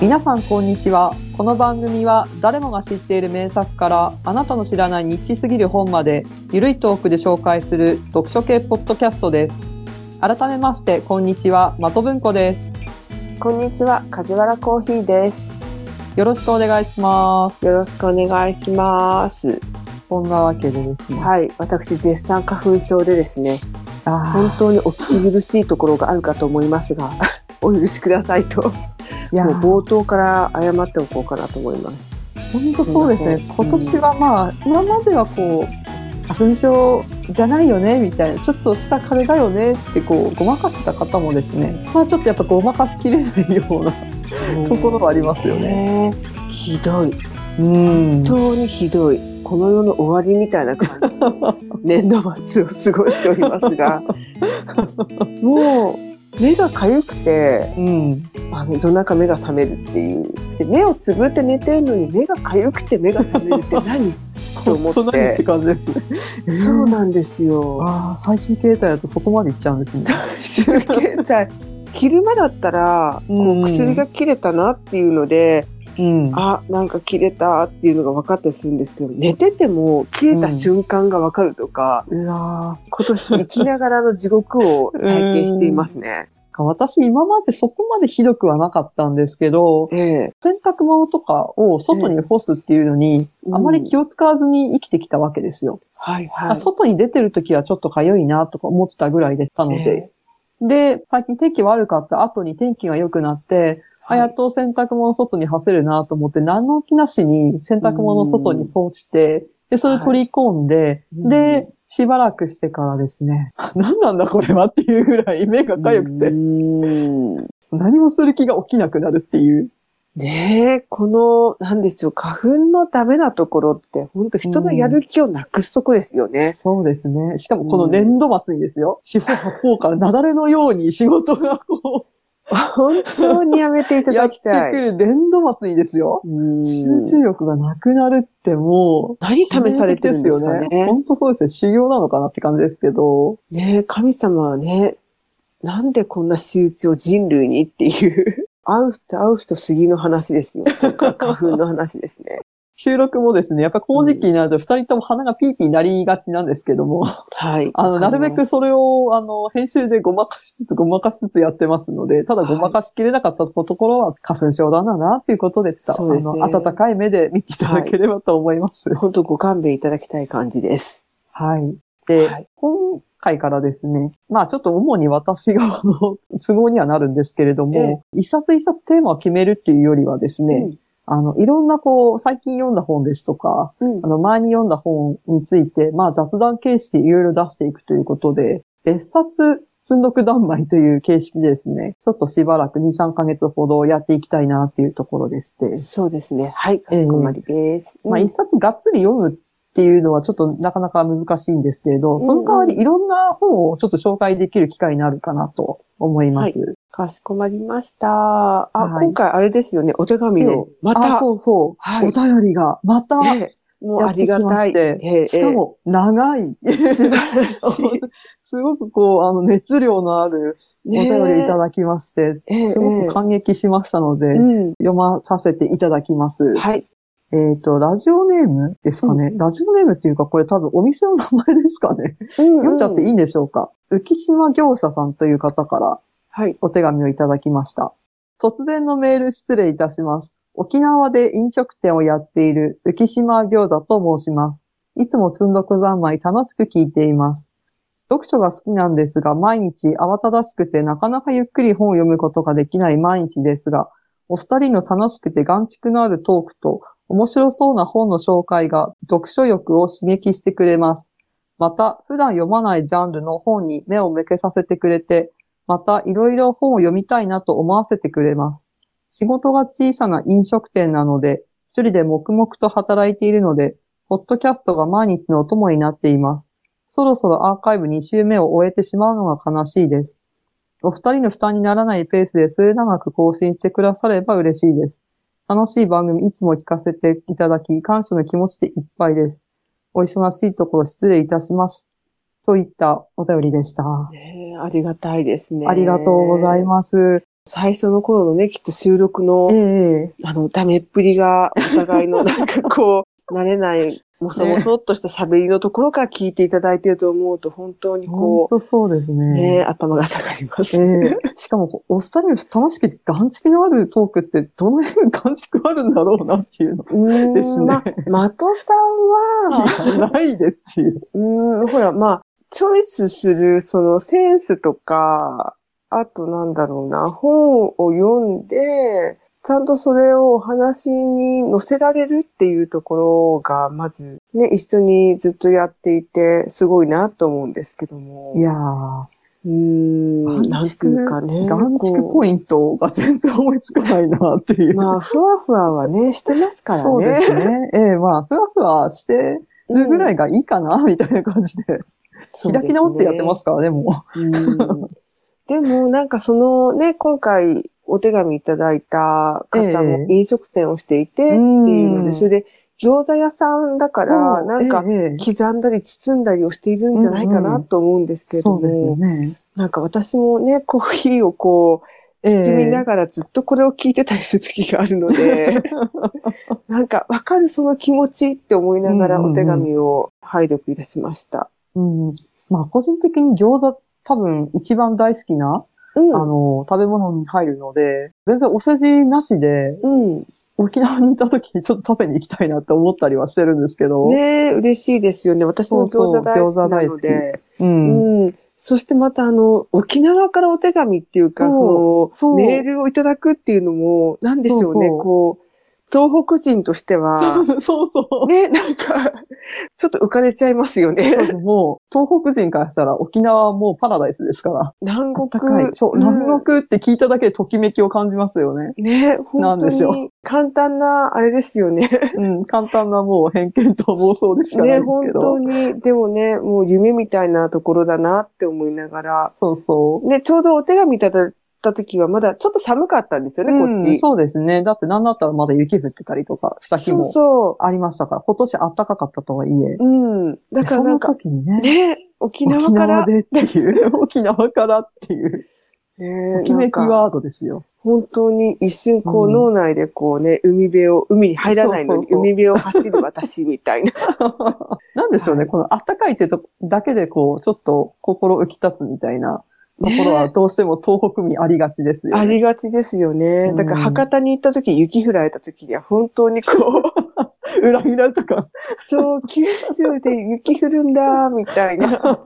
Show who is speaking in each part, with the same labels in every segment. Speaker 1: 皆さんこんにちはこの番組は誰もが知っている名作からあなたの知らないニッチすぎる本までゆるいトークで紹介する読書系ポッドキャストです改めましてこんにちは的文庫です
Speaker 2: こんにちは、梶原コーヒーです。
Speaker 1: よろしくお願いします
Speaker 2: よろしくお願いします。
Speaker 1: こんなわけでですね
Speaker 2: はい、私絶賛花粉症でですね、本
Speaker 1: あ
Speaker 2: 当にお聞き苦しいところがあるかと思いますが、 お許しくださいと、も
Speaker 1: ーいうや
Speaker 2: 冒頭から謝っておこうかなと思います。
Speaker 1: 本当そうですね
Speaker 2: すいません
Speaker 1: 今年はまあ、今まではこう花粉症じゃないよねみたいなちょっとした風邪だよねってこうごまかしてた方もですねまあちょっとやっぱごまかしきれないようなところはありますよね。
Speaker 2: ね。ひどい、
Speaker 1: うん
Speaker 2: 本当にひどい。この世の終わりみたいな感じの 年度末を過ごしております が、もう目が痒くて、
Speaker 1: うん、
Speaker 2: あの夜中目が覚めるっていうで目をつぶって寝てるのに目がかゆくて目が覚め るって何と思
Speaker 1: 本
Speaker 2: っ
Speaker 1: 当何って
Speaker 2: て
Speaker 1: 感じですね。
Speaker 2: そうなんですよ
Speaker 1: ああ、最新形態だとそこまでいっちゃうんですね。
Speaker 2: 携帯昼間だったらこ
Speaker 1: うん
Speaker 2: う薬が切れたなっていうので、
Speaker 1: うん、
Speaker 2: あなんか切れたっていうのが分かったりするんですけど寝てても切れた瞬間が分かるとか、
Speaker 1: うわ
Speaker 2: 今年生きながらの地獄を体験しています ね。
Speaker 1: ー私今までそこまでひどくはなかったんですけど、
Speaker 2: ええ
Speaker 1: 洗濯物とかを外に干すっていうのに、
Speaker 2: うん
Speaker 1: あまり気を使わずに生きてきたわけですよ。
Speaker 2: はいは
Speaker 1: あ
Speaker 2: い。
Speaker 1: 外に出てる時はちょっとかゆいなとか思ってたぐらいでしたので。で、最近天気悪かった後に天気が良くなって、あ、やっと洗濯物を外に干せるなと思って、何の気なしに洗濯物を外にそうして、で、それを取り込んで、
Speaker 2: はい
Speaker 1: で、しばらくしてからですね、 何なんだこれはっていうぐらい目が痒くて、
Speaker 2: うん
Speaker 1: 何もする気が起きなくなるっていう。
Speaker 2: ねえ、この、なんでしょう、花粉のダメなところって、本当人のやる気をなくすとこですよね。
Speaker 1: そうですね。しかもこの年度末にですよ、四方八方から雪崩のように仕事がこ
Speaker 2: 本当にやめていた
Speaker 1: う、や
Speaker 2: だ
Speaker 1: って
Speaker 2: き
Speaker 1: く
Speaker 2: たい。
Speaker 1: る年度末にですよ。
Speaker 2: うん
Speaker 1: 集中力がなくなるってもう、
Speaker 2: 何試されてるんですかね
Speaker 1: よ本当そうですね。修行なのかなって感じですけど。
Speaker 2: ねえ、神様はね、なんでこんな仕打ちを人類にっていう。会う人会う人杉の話ですよ。今 回花粉の話ですね。
Speaker 1: 収録もですね、やっぱこの時期になると二人とも鼻がピーピーなりがちなんですけども、
Speaker 2: はい。
Speaker 1: あの、なるべくそ
Speaker 2: れ。
Speaker 1: れを、あの、編集でごまかしつつごまかしつつやってますので、ただごまかしきれなかったところは花粉症だなな、っていうことで、ちょっ
Speaker 2: そう
Speaker 1: と、
Speaker 2: ですね
Speaker 1: あの、温かい目で見ていただければと思います。
Speaker 2: 本当ご勘弁いただきたい感じです。
Speaker 1: はい。で、
Speaker 2: はい
Speaker 1: 今回からですね、まあちょっと主に私があの都合にはなるんですけれども、一冊一冊テーマを決めるっていうよりはですね、あの、いろんなこう、最近読んだ本ですとか、
Speaker 2: うん。うん
Speaker 1: あの、前に読んだ本について、まあ雑談形式でいろいろ出していくということで、別冊積読断枚という形式でですね、ちょっとしばらく2、3ヶ月ほどやっていきたいなっていうところでして、
Speaker 2: そうですね。はい。かしこまりです。
Speaker 1: まあ、
Speaker 2: うん
Speaker 1: 一冊がっつり読むっていうのはちょっとなかなか難しいんですけれど、
Speaker 2: んうん
Speaker 1: その代わりいろんな本をちょっと紹介できる機会になるかなと思います。
Speaker 2: かしこまりました。あ、
Speaker 1: はい
Speaker 2: 今回あれですよね、お手紙を。ま
Speaker 1: あ、
Speaker 2: た、
Speaker 1: そうそう。
Speaker 2: はい
Speaker 1: お便りがまたや
Speaker 2: ええもうあ
Speaker 1: って
Speaker 2: り
Speaker 1: き
Speaker 2: が
Speaker 1: ま
Speaker 2: た
Speaker 1: し
Speaker 2: い。
Speaker 1: て、
Speaker 2: ええ
Speaker 1: しか、も長 い。
Speaker 2: ええ素晴らし
Speaker 1: すごくこう、あの、熱量のある
Speaker 2: い
Speaker 1: お便りいただきまして、
Speaker 2: ええええ
Speaker 1: すごく感激しましたので、
Speaker 2: うん。
Speaker 1: 読まさせていただきます。
Speaker 2: はい。
Speaker 1: えっ、と、ラジオネームですかね、ラジオネームっていうか、これ多分お店の名前ですかね。読んじゃってい
Speaker 2: い
Speaker 1: いんでしょうか、浮島行者さんという方から
Speaker 2: はい。
Speaker 1: お手紙をいただきました。突然のメール失礼いたします。沖縄で飲食店をやっている浮島餃子と申します。いつも積んどく三昧楽しく聞いています。読書が好きなんですが、毎日慌ただしくてなかなかゆっくり本を読むことができない毎日ですが、お二人の楽しくて眼蓄のあるトークと面白そうな本の紹介が読書欲を刺激してくれます。また、普段読まないジャンルの本に目を向けさせてくれて、また、いろいろ本を読みたいなと思わせてくれます。仕事が小さな飲食店なので、一人で黙々と働いているので、ポッドキャストが毎日のお供になっています。そろそろアーカイブ2週目を終えてしまうのが悲しいです。お二人の負担にならないペースで末永く更新してくだされば嬉しいです。楽しい番組いつも聞かせていただき、感謝の気持ちでいっぱいです。お忙しいところ失礼いたします。といったお便りでした。
Speaker 2: ねえありがたいですね。
Speaker 1: ありがとうございます。
Speaker 2: 最初の頃のね、きっと収録の、
Speaker 1: え
Speaker 2: あの、ダメっぷりが、お互いの なんかこう、慣れない、もそもそっとした喋りのところから聞いていただいていると思うと、本当
Speaker 1: え
Speaker 2: に
Speaker 1: 本
Speaker 2: こ
Speaker 1: 当そうです
Speaker 2: う、ね、
Speaker 1: ね。
Speaker 2: 頭が下がります。
Speaker 1: ええしかもこう、お二人の楽しくて、眼蓄のあるトークって、どの辺に眼蓄あるんだろうなっていう の。
Speaker 2: うーん
Speaker 1: ですね
Speaker 2: まあ、的さん は、
Speaker 1: いやないですよ。
Speaker 2: うーん、ほら、まあ、チョイスする、そのセンスとか、あとなんだろうな、本を読んで、ちゃんとそれをお話に載せられるっていうところが、まずね、一緒にずっとやっていて、すごいなと思うんですけども。
Speaker 1: いやー、
Speaker 2: うーん、なんていうかね。
Speaker 1: 眼蓄
Speaker 2: こ
Speaker 1: ポイントが全然思いつかないなっていうう。
Speaker 2: まあ、ふわふわはね、してますからね。
Speaker 1: そうですね。ええまあ、ふわふわしてるぐらいがいいかな、みたいな感じで。
Speaker 2: そうです
Speaker 1: 開
Speaker 2: ね
Speaker 1: き直ってやってますからね、も
Speaker 2: うんでも、なんかそのね、今回お手紙いただいた方も
Speaker 1: え
Speaker 2: 飲食店をしていてっていうの
Speaker 1: う
Speaker 2: で、
Speaker 1: ん
Speaker 2: それで餃子屋さんだか
Speaker 1: う。
Speaker 2: ら、なんか
Speaker 1: ええ
Speaker 2: 刻んだり包んだりをしているんじゃないか
Speaker 1: うんう
Speaker 2: なんと思うんですけれ
Speaker 1: そ
Speaker 2: ど
Speaker 1: うですよ
Speaker 2: も、
Speaker 1: ね。
Speaker 2: なんか私もね、コーヒーをこう、
Speaker 1: ええ
Speaker 2: 包みながらずっとこれを聞いてたりする時がある ので、なんかわかるその気持ちって思いながらお手紙を拝読いたしました。
Speaker 1: うん。まあ、個人的に餃子、多分一番大好きな、
Speaker 2: うん
Speaker 1: あの、食べ物に入るので、全然お世辞なしで、
Speaker 2: うん。
Speaker 1: 沖縄にいた時にちょっと食べに行きたいなって思ったりはしてるんですけど。
Speaker 2: ねえ、嬉しいですよね。私も餃子大好きなの
Speaker 1: そうそう餃子
Speaker 2: で。
Speaker 1: う。
Speaker 2: うんん。そしてまたあの、沖縄からお手紙っていうか、
Speaker 1: そ
Speaker 2: そう
Speaker 1: そう
Speaker 2: の、メールをいただくっていうのも、なんでしょうね、
Speaker 1: そうそう
Speaker 2: こう、東北人としては、
Speaker 1: そうそう。
Speaker 2: ね、なんか、ちょっと浮かれちゃいますよね。
Speaker 1: もう、東北人からしたら沖縄はもうパラダイスですから。
Speaker 2: 南
Speaker 1: あ
Speaker 2: 国
Speaker 1: った。かい。そう、
Speaker 2: ん
Speaker 1: 南国って聞いただけでときめきを感じますよ ね。な
Speaker 2: ね、
Speaker 1: ん
Speaker 2: 本当
Speaker 1: でしょう
Speaker 2: に簡単な、あれですよね。
Speaker 1: うん、簡単なもう偏見と妄想でしかない
Speaker 2: ね、
Speaker 1: です
Speaker 2: 本
Speaker 1: けど。
Speaker 2: 当に、でもね、もう夢みたいなところだなって思いながら、
Speaker 1: そうそう。
Speaker 2: ね、ちょうどお手紙いただいた時はまだちょっと寒かったんですよね、こ
Speaker 1: う
Speaker 2: っ
Speaker 1: ん
Speaker 2: ち。
Speaker 1: そうですね。だって何だったらまだ雪降ってたりとかした日
Speaker 2: そう
Speaker 1: も
Speaker 2: そ
Speaker 1: ありましたから、今年暖かかったとはいえ
Speaker 2: う。。うん。だから
Speaker 1: そ
Speaker 2: な
Speaker 1: の
Speaker 2: んか、
Speaker 1: 時にね、
Speaker 2: ね、沖縄
Speaker 1: 沖縄
Speaker 2: から、
Speaker 1: でっていう、 沖縄からっていう、
Speaker 2: ね
Speaker 1: ときめき
Speaker 2: なんか
Speaker 1: ワードですよ。
Speaker 2: 本当に一瞬こう
Speaker 1: うん
Speaker 2: 脳内でこうね、海辺を、海に入らないの
Speaker 1: そう
Speaker 2: に
Speaker 1: そうそう
Speaker 2: 海辺を走る私みたいな。
Speaker 1: なんでしょうね、この暖かいってとこだけでこう、ちょっと心浮き立つみたいなところは
Speaker 2: ね
Speaker 1: どうしても東北にありがちですよね。
Speaker 2: ありがちですよね。だから
Speaker 1: うん
Speaker 2: 博多に行った時、雪降られた時には本当にこう、
Speaker 1: 裏切られたか。
Speaker 2: そう、九州で雪降るんだ、みたいな。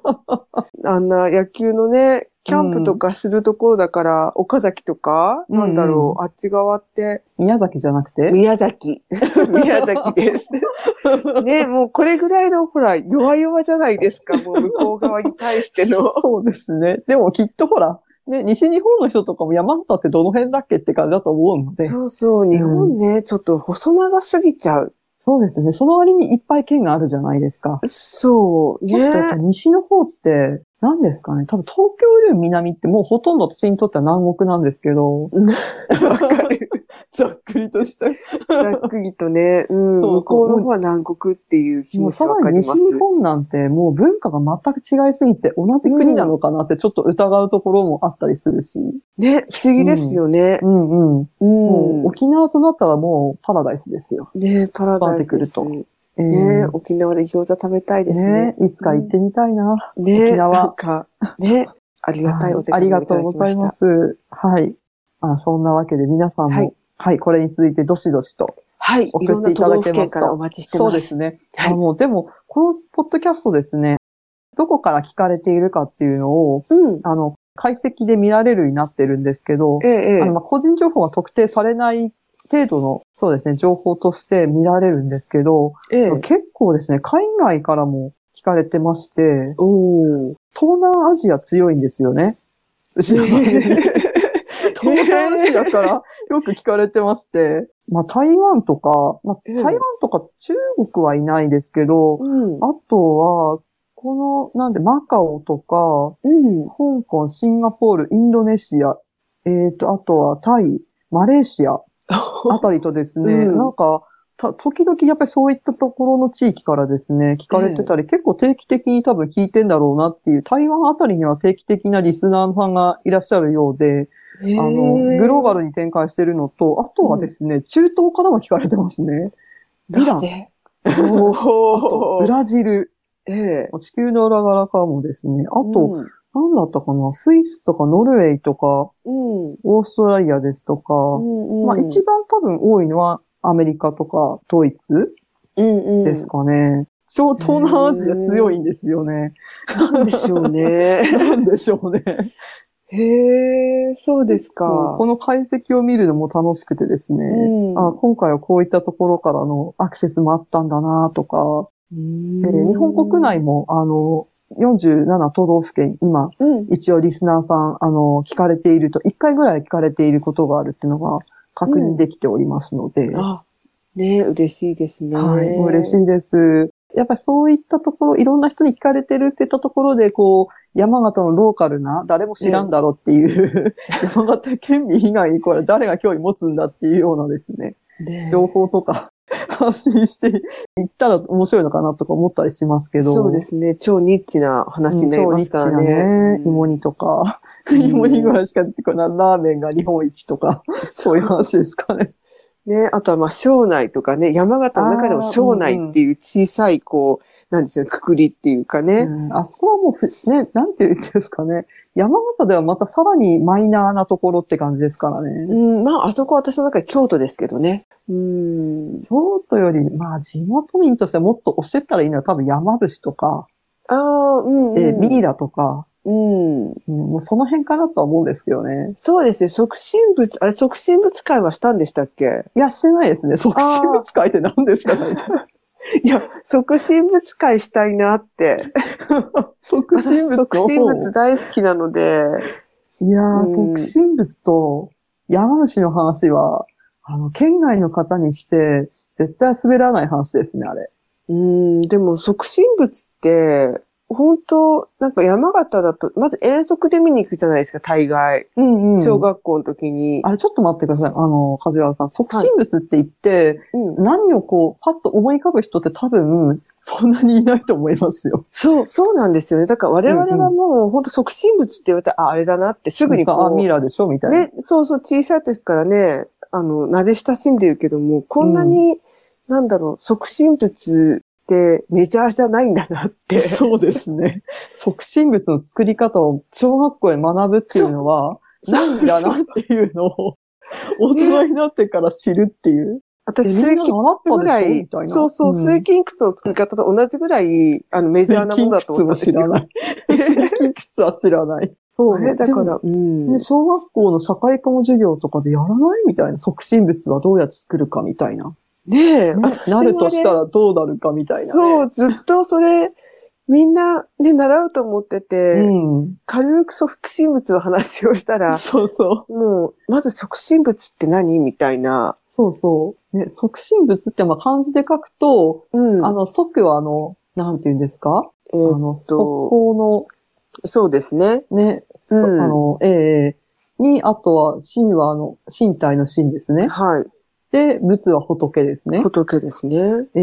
Speaker 2: あんな野球のね、キャンプとかするところだから、岡崎とか、
Speaker 1: うん
Speaker 2: なんだろう、あっち側って、
Speaker 1: 宮崎じゃなくて
Speaker 2: 宮崎。 宮崎 です。ね、もうこれぐらいの、ほら、弱々じゃないですか、もう向こう側に対しての。
Speaker 1: そうですね。でもきっとほら、ね、西日本の人とかも山形ってどの辺だっけって感じだと思うので。そう
Speaker 2: そうそう、日本ね、ちょっと細長すぎちゃう。
Speaker 1: ですね。その割にいっぱい県があるじゃないですか。
Speaker 2: そう、
Speaker 1: ちょっとやっぱ
Speaker 2: ね。
Speaker 1: 西の方って、何ですかね多分東京より南ってもうほとんど私にとっては南国なんですけど。
Speaker 2: わかる。
Speaker 1: ざっくりとした。
Speaker 2: ざっくりとね、う
Speaker 1: そ
Speaker 2: ん、
Speaker 1: うそう
Speaker 2: 向こうの方は南国っていう気
Speaker 1: も
Speaker 2: 持
Speaker 1: う
Speaker 2: ち
Speaker 1: さ
Speaker 2: わ
Speaker 1: ら
Speaker 2: か
Speaker 1: に
Speaker 2: り
Speaker 1: 西
Speaker 2: ます。
Speaker 1: 日本なんてもう文化が全く違いすぎて同じ国なのかなってちょっと疑うところもあったりするし。
Speaker 2: ね、不思議ですよね
Speaker 1: う。んうん。もう
Speaker 2: うん。
Speaker 1: 沖縄となったらもうパラダイスですよ。
Speaker 2: ね、パラダイスです。
Speaker 1: 育ってく
Speaker 2: ね、
Speaker 1: ええ
Speaker 2: 沖縄で餃子食べたいですね
Speaker 1: ね。いつか行ってみたいな。
Speaker 2: ね、
Speaker 1: 沖縄
Speaker 2: なんか、ね、ありがたいお手紙を
Speaker 1: あり
Speaker 2: いた
Speaker 1: が
Speaker 2: だきました。
Speaker 1: とうございます。はい。あそんなわけで皆さんも、
Speaker 2: は
Speaker 1: はいい、これに続いてどしどしと。
Speaker 2: はい、いろ
Speaker 1: 送っ
Speaker 2: んな
Speaker 1: てい
Speaker 2: 都
Speaker 1: ただ
Speaker 2: 道
Speaker 1: け
Speaker 2: 府
Speaker 1: ま
Speaker 2: 県
Speaker 1: すと
Speaker 2: からお待ちしてます。
Speaker 1: そうですね。
Speaker 2: はい
Speaker 1: あの、でも、このポッドキャストですね、どこから聞かれているかっていうのを、
Speaker 2: うん。
Speaker 1: あの、解析で見られるようになってるんですけど、
Speaker 2: ええ、ええ
Speaker 1: あの、まあ個人情報が特定されない程度の、そうですね、情報として見られるんですけど、
Speaker 2: ええ。
Speaker 1: 結構ですね、海外からも聞かれてまして、
Speaker 2: おー。
Speaker 1: 東南アジア強いんですよね。うちの番組。 東南アジアからよく聞かれてまして、まあ台湾とか、ま
Speaker 2: ええ
Speaker 1: あ台湾とか中国はいないですけど、
Speaker 2: うん。
Speaker 1: あとは、この、なんで、マカオとか、
Speaker 2: うん。
Speaker 1: 香港、シンガポール、インドネシア、えっ、と、あとはタイ、マレーシア あたりとですね、
Speaker 2: うん
Speaker 1: なんか、た時々やっぱりそういったところの地域からですね、聞かれてたり、結構定期的に多分聞いてんだろうなっていう、台湾あたりには定期的なリスナーさんがいらっしゃるようで、
Speaker 2: あ
Speaker 1: あの、グローバルに展開してるのと、あとはですね、中東からも聞かれてますね。イラン、
Speaker 2: ン。お
Speaker 1: ブ
Speaker 2: ー
Speaker 1: ラジル、
Speaker 2: ええ。
Speaker 1: 地球の裏側からもですね、あ
Speaker 2: あ
Speaker 1: と、、何だったかな、スイスとかノルウェイとか、
Speaker 2: うん。
Speaker 1: オーストラリアですとか、
Speaker 2: うん
Speaker 1: まあ一番多分多いのはアメリカとかドイツ
Speaker 2: 番
Speaker 1: ですかね。超東南アジア強いんですよね。
Speaker 2: なんでしょうね。
Speaker 1: なんでしょうね。
Speaker 2: へえ、そうですか。
Speaker 1: もうこの解析を見るのも楽しくてですね。
Speaker 2: うん
Speaker 1: あ今回はこういったところからのアクセスもあったんだなとか、
Speaker 2: うん
Speaker 1: えー日本国内もあの47都道府県今
Speaker 2: うん
Speaker 1: 一応リスナーさんあの聞かれていると1回ぐらい聞かれていることがあるっていうのが確認できておりますので、
Speaker 2: あ、ね嬉しいですね。
Speaker 1: はい、嬉しいです。やっぱりそういったところ、いろんな人に聞かれてるって言ったところで、こう、山形のローカルな、誰も知らんだろうっていう、山形県民以外にこれ誰が興味持つんだっていうようなですね、
Speaker 2: ね
Speaker 1: 情報とか発信していったら面白いのかなとか思ったりしますけど。
Speaker 2: そうですね。超ニッチな話になりますからね。
Speaker 1: ね。芋煮とか、芋煮ぐ
Speaker 2: い。
Speaker 1: らいしか出てこない。ラーメンが日本一とか、そういう話ですかね。
Speaker 2: ね、あとはまあ、庄内とかね、山形の中でも庄内っていう小さい、こう、なんですよ、くくりっていうかね。
Speaker 1: うんあそこはもうふ、ね、なんて言うんですかね。山形ではまたさらにマイナーなところって感じですから
Speaker 2: う
Speaker 1: ね。
Speaker 2: ん、まあ、あそこは私の中で京都ですけどね。うん。
Speaker 1: 京都より、まあ地元民としてはもっと押してったらいいのは多分山伏とか、
Speaker 2: ああ、うん、うん。
Speaker 1: えーミイラとか、
Speaker 2: うん。
Speaker 1: うん、もうその辺かなとは思うんですけどね。
Speaker 2: そうですね、促進物、あれ、促進物会はしたんでしたっけ
Speaker 1: いや、してないですね。促進物会って何ですか ね。
Speaker 2: いや、促進物会したいなって。
Speaker 1: 促進物の
Speaker 2: 促進物大好きなので。
Speaker 1: いやー、
Speaker 2: うん
Speaker 1: 促進物と山伏の話は、あの、県外の方にして、絶対滑らない話ですね、あれ。
Speaker 2: うん、でも促進物って、本当なんか山形だと、まず遠足で見に行くじゃないですか、大概。
Speaker 1: うん
Speaker 2: 小学校の時に。
Speaker 1: あれ、ちょっと待ってください。あの、梶原さん。促進物って言って、
Speaker 2: うん
Speaker 1: 何をこう、パッと思い浮かぶ人って多分、そんなにいないと思いますよ。
Speaker 2: そう、そうなんですよね。だから我々はもう、本当促進物って言われたら、あ、あれだなってすぐに
Speaker 1: さ
Speaker 2: こ
Speaker 1: あ、
Speaker 2: う
Speaker 1: ミイ、ラでしょみた いな。
Speaker 2: ね、そうそう、小さい時からね、あの、慣れ親しんでるけども、こんなに、なんだろう、促進物ってメジャーじゃないんだなっ て。
Speaker 1: そうですね。促進物の作り方を小学校で学ぶっていうのは、何だなっていうのを、大人になってから知るっていう。
Speaker 2: 私、
Speaker 1: え
Speaker 2: 水
Speaker 1: みんな
Speaker 2: 金
Speaker 1: 習った
Speaker 2: 靴ぐら
Speaker 1: でしょ
Speaker 2: い
Speaker 1: みたい、な。
Speaker 2: そうそう、水金靴の作り方と同じぐらい、あの、メジャーなものだと思ったんです
Speaker 1: 水
Speaker 2: よ。
Speaker 1: 金靴も知らない。水金靴は知らない。そ
Speaker 2: あれだから、うん
Speaker 1: ね、。小学校の社会科の授業とかでやらないみたいな。促進物はどうやって作るかみたいな。
Speaker 2: ねえ、
Speaker 1: ななるとしたらどうなるかみたいな、ね。
Speaker 2: そう、ずっとそれ、みんなね、習うと思ってて、
Speaker 1: うん。
Speaker 2: 軽く促進物の話をしたら、
Speaker 1: そうそう。
Speaker 2: もう、まず促進物って何みたいな。
Speaker 1: そうそう。ね、促進物ってまあ漢字で書くと、
Speaker 2: うん。
Speaker 1: あの、即はあの、なんて言うんですか、
Speaker 2: え
Speaker 1: あ
Speaker 2: ー
Speaker 1: の、
Speaker 2: と
Speaker 1: 速攻
Speaker 2: そうですね。
Speaker 1: の、ね、そ
Speaker 2: うん
Speaker 1: あの、ええに、あとは、心はあの、身体の心ですね。
Speaker 2: は
Speaker 1: で、仏は仏ですね
Speaker 2: い。。仏ですね。
Speaker 1: ええ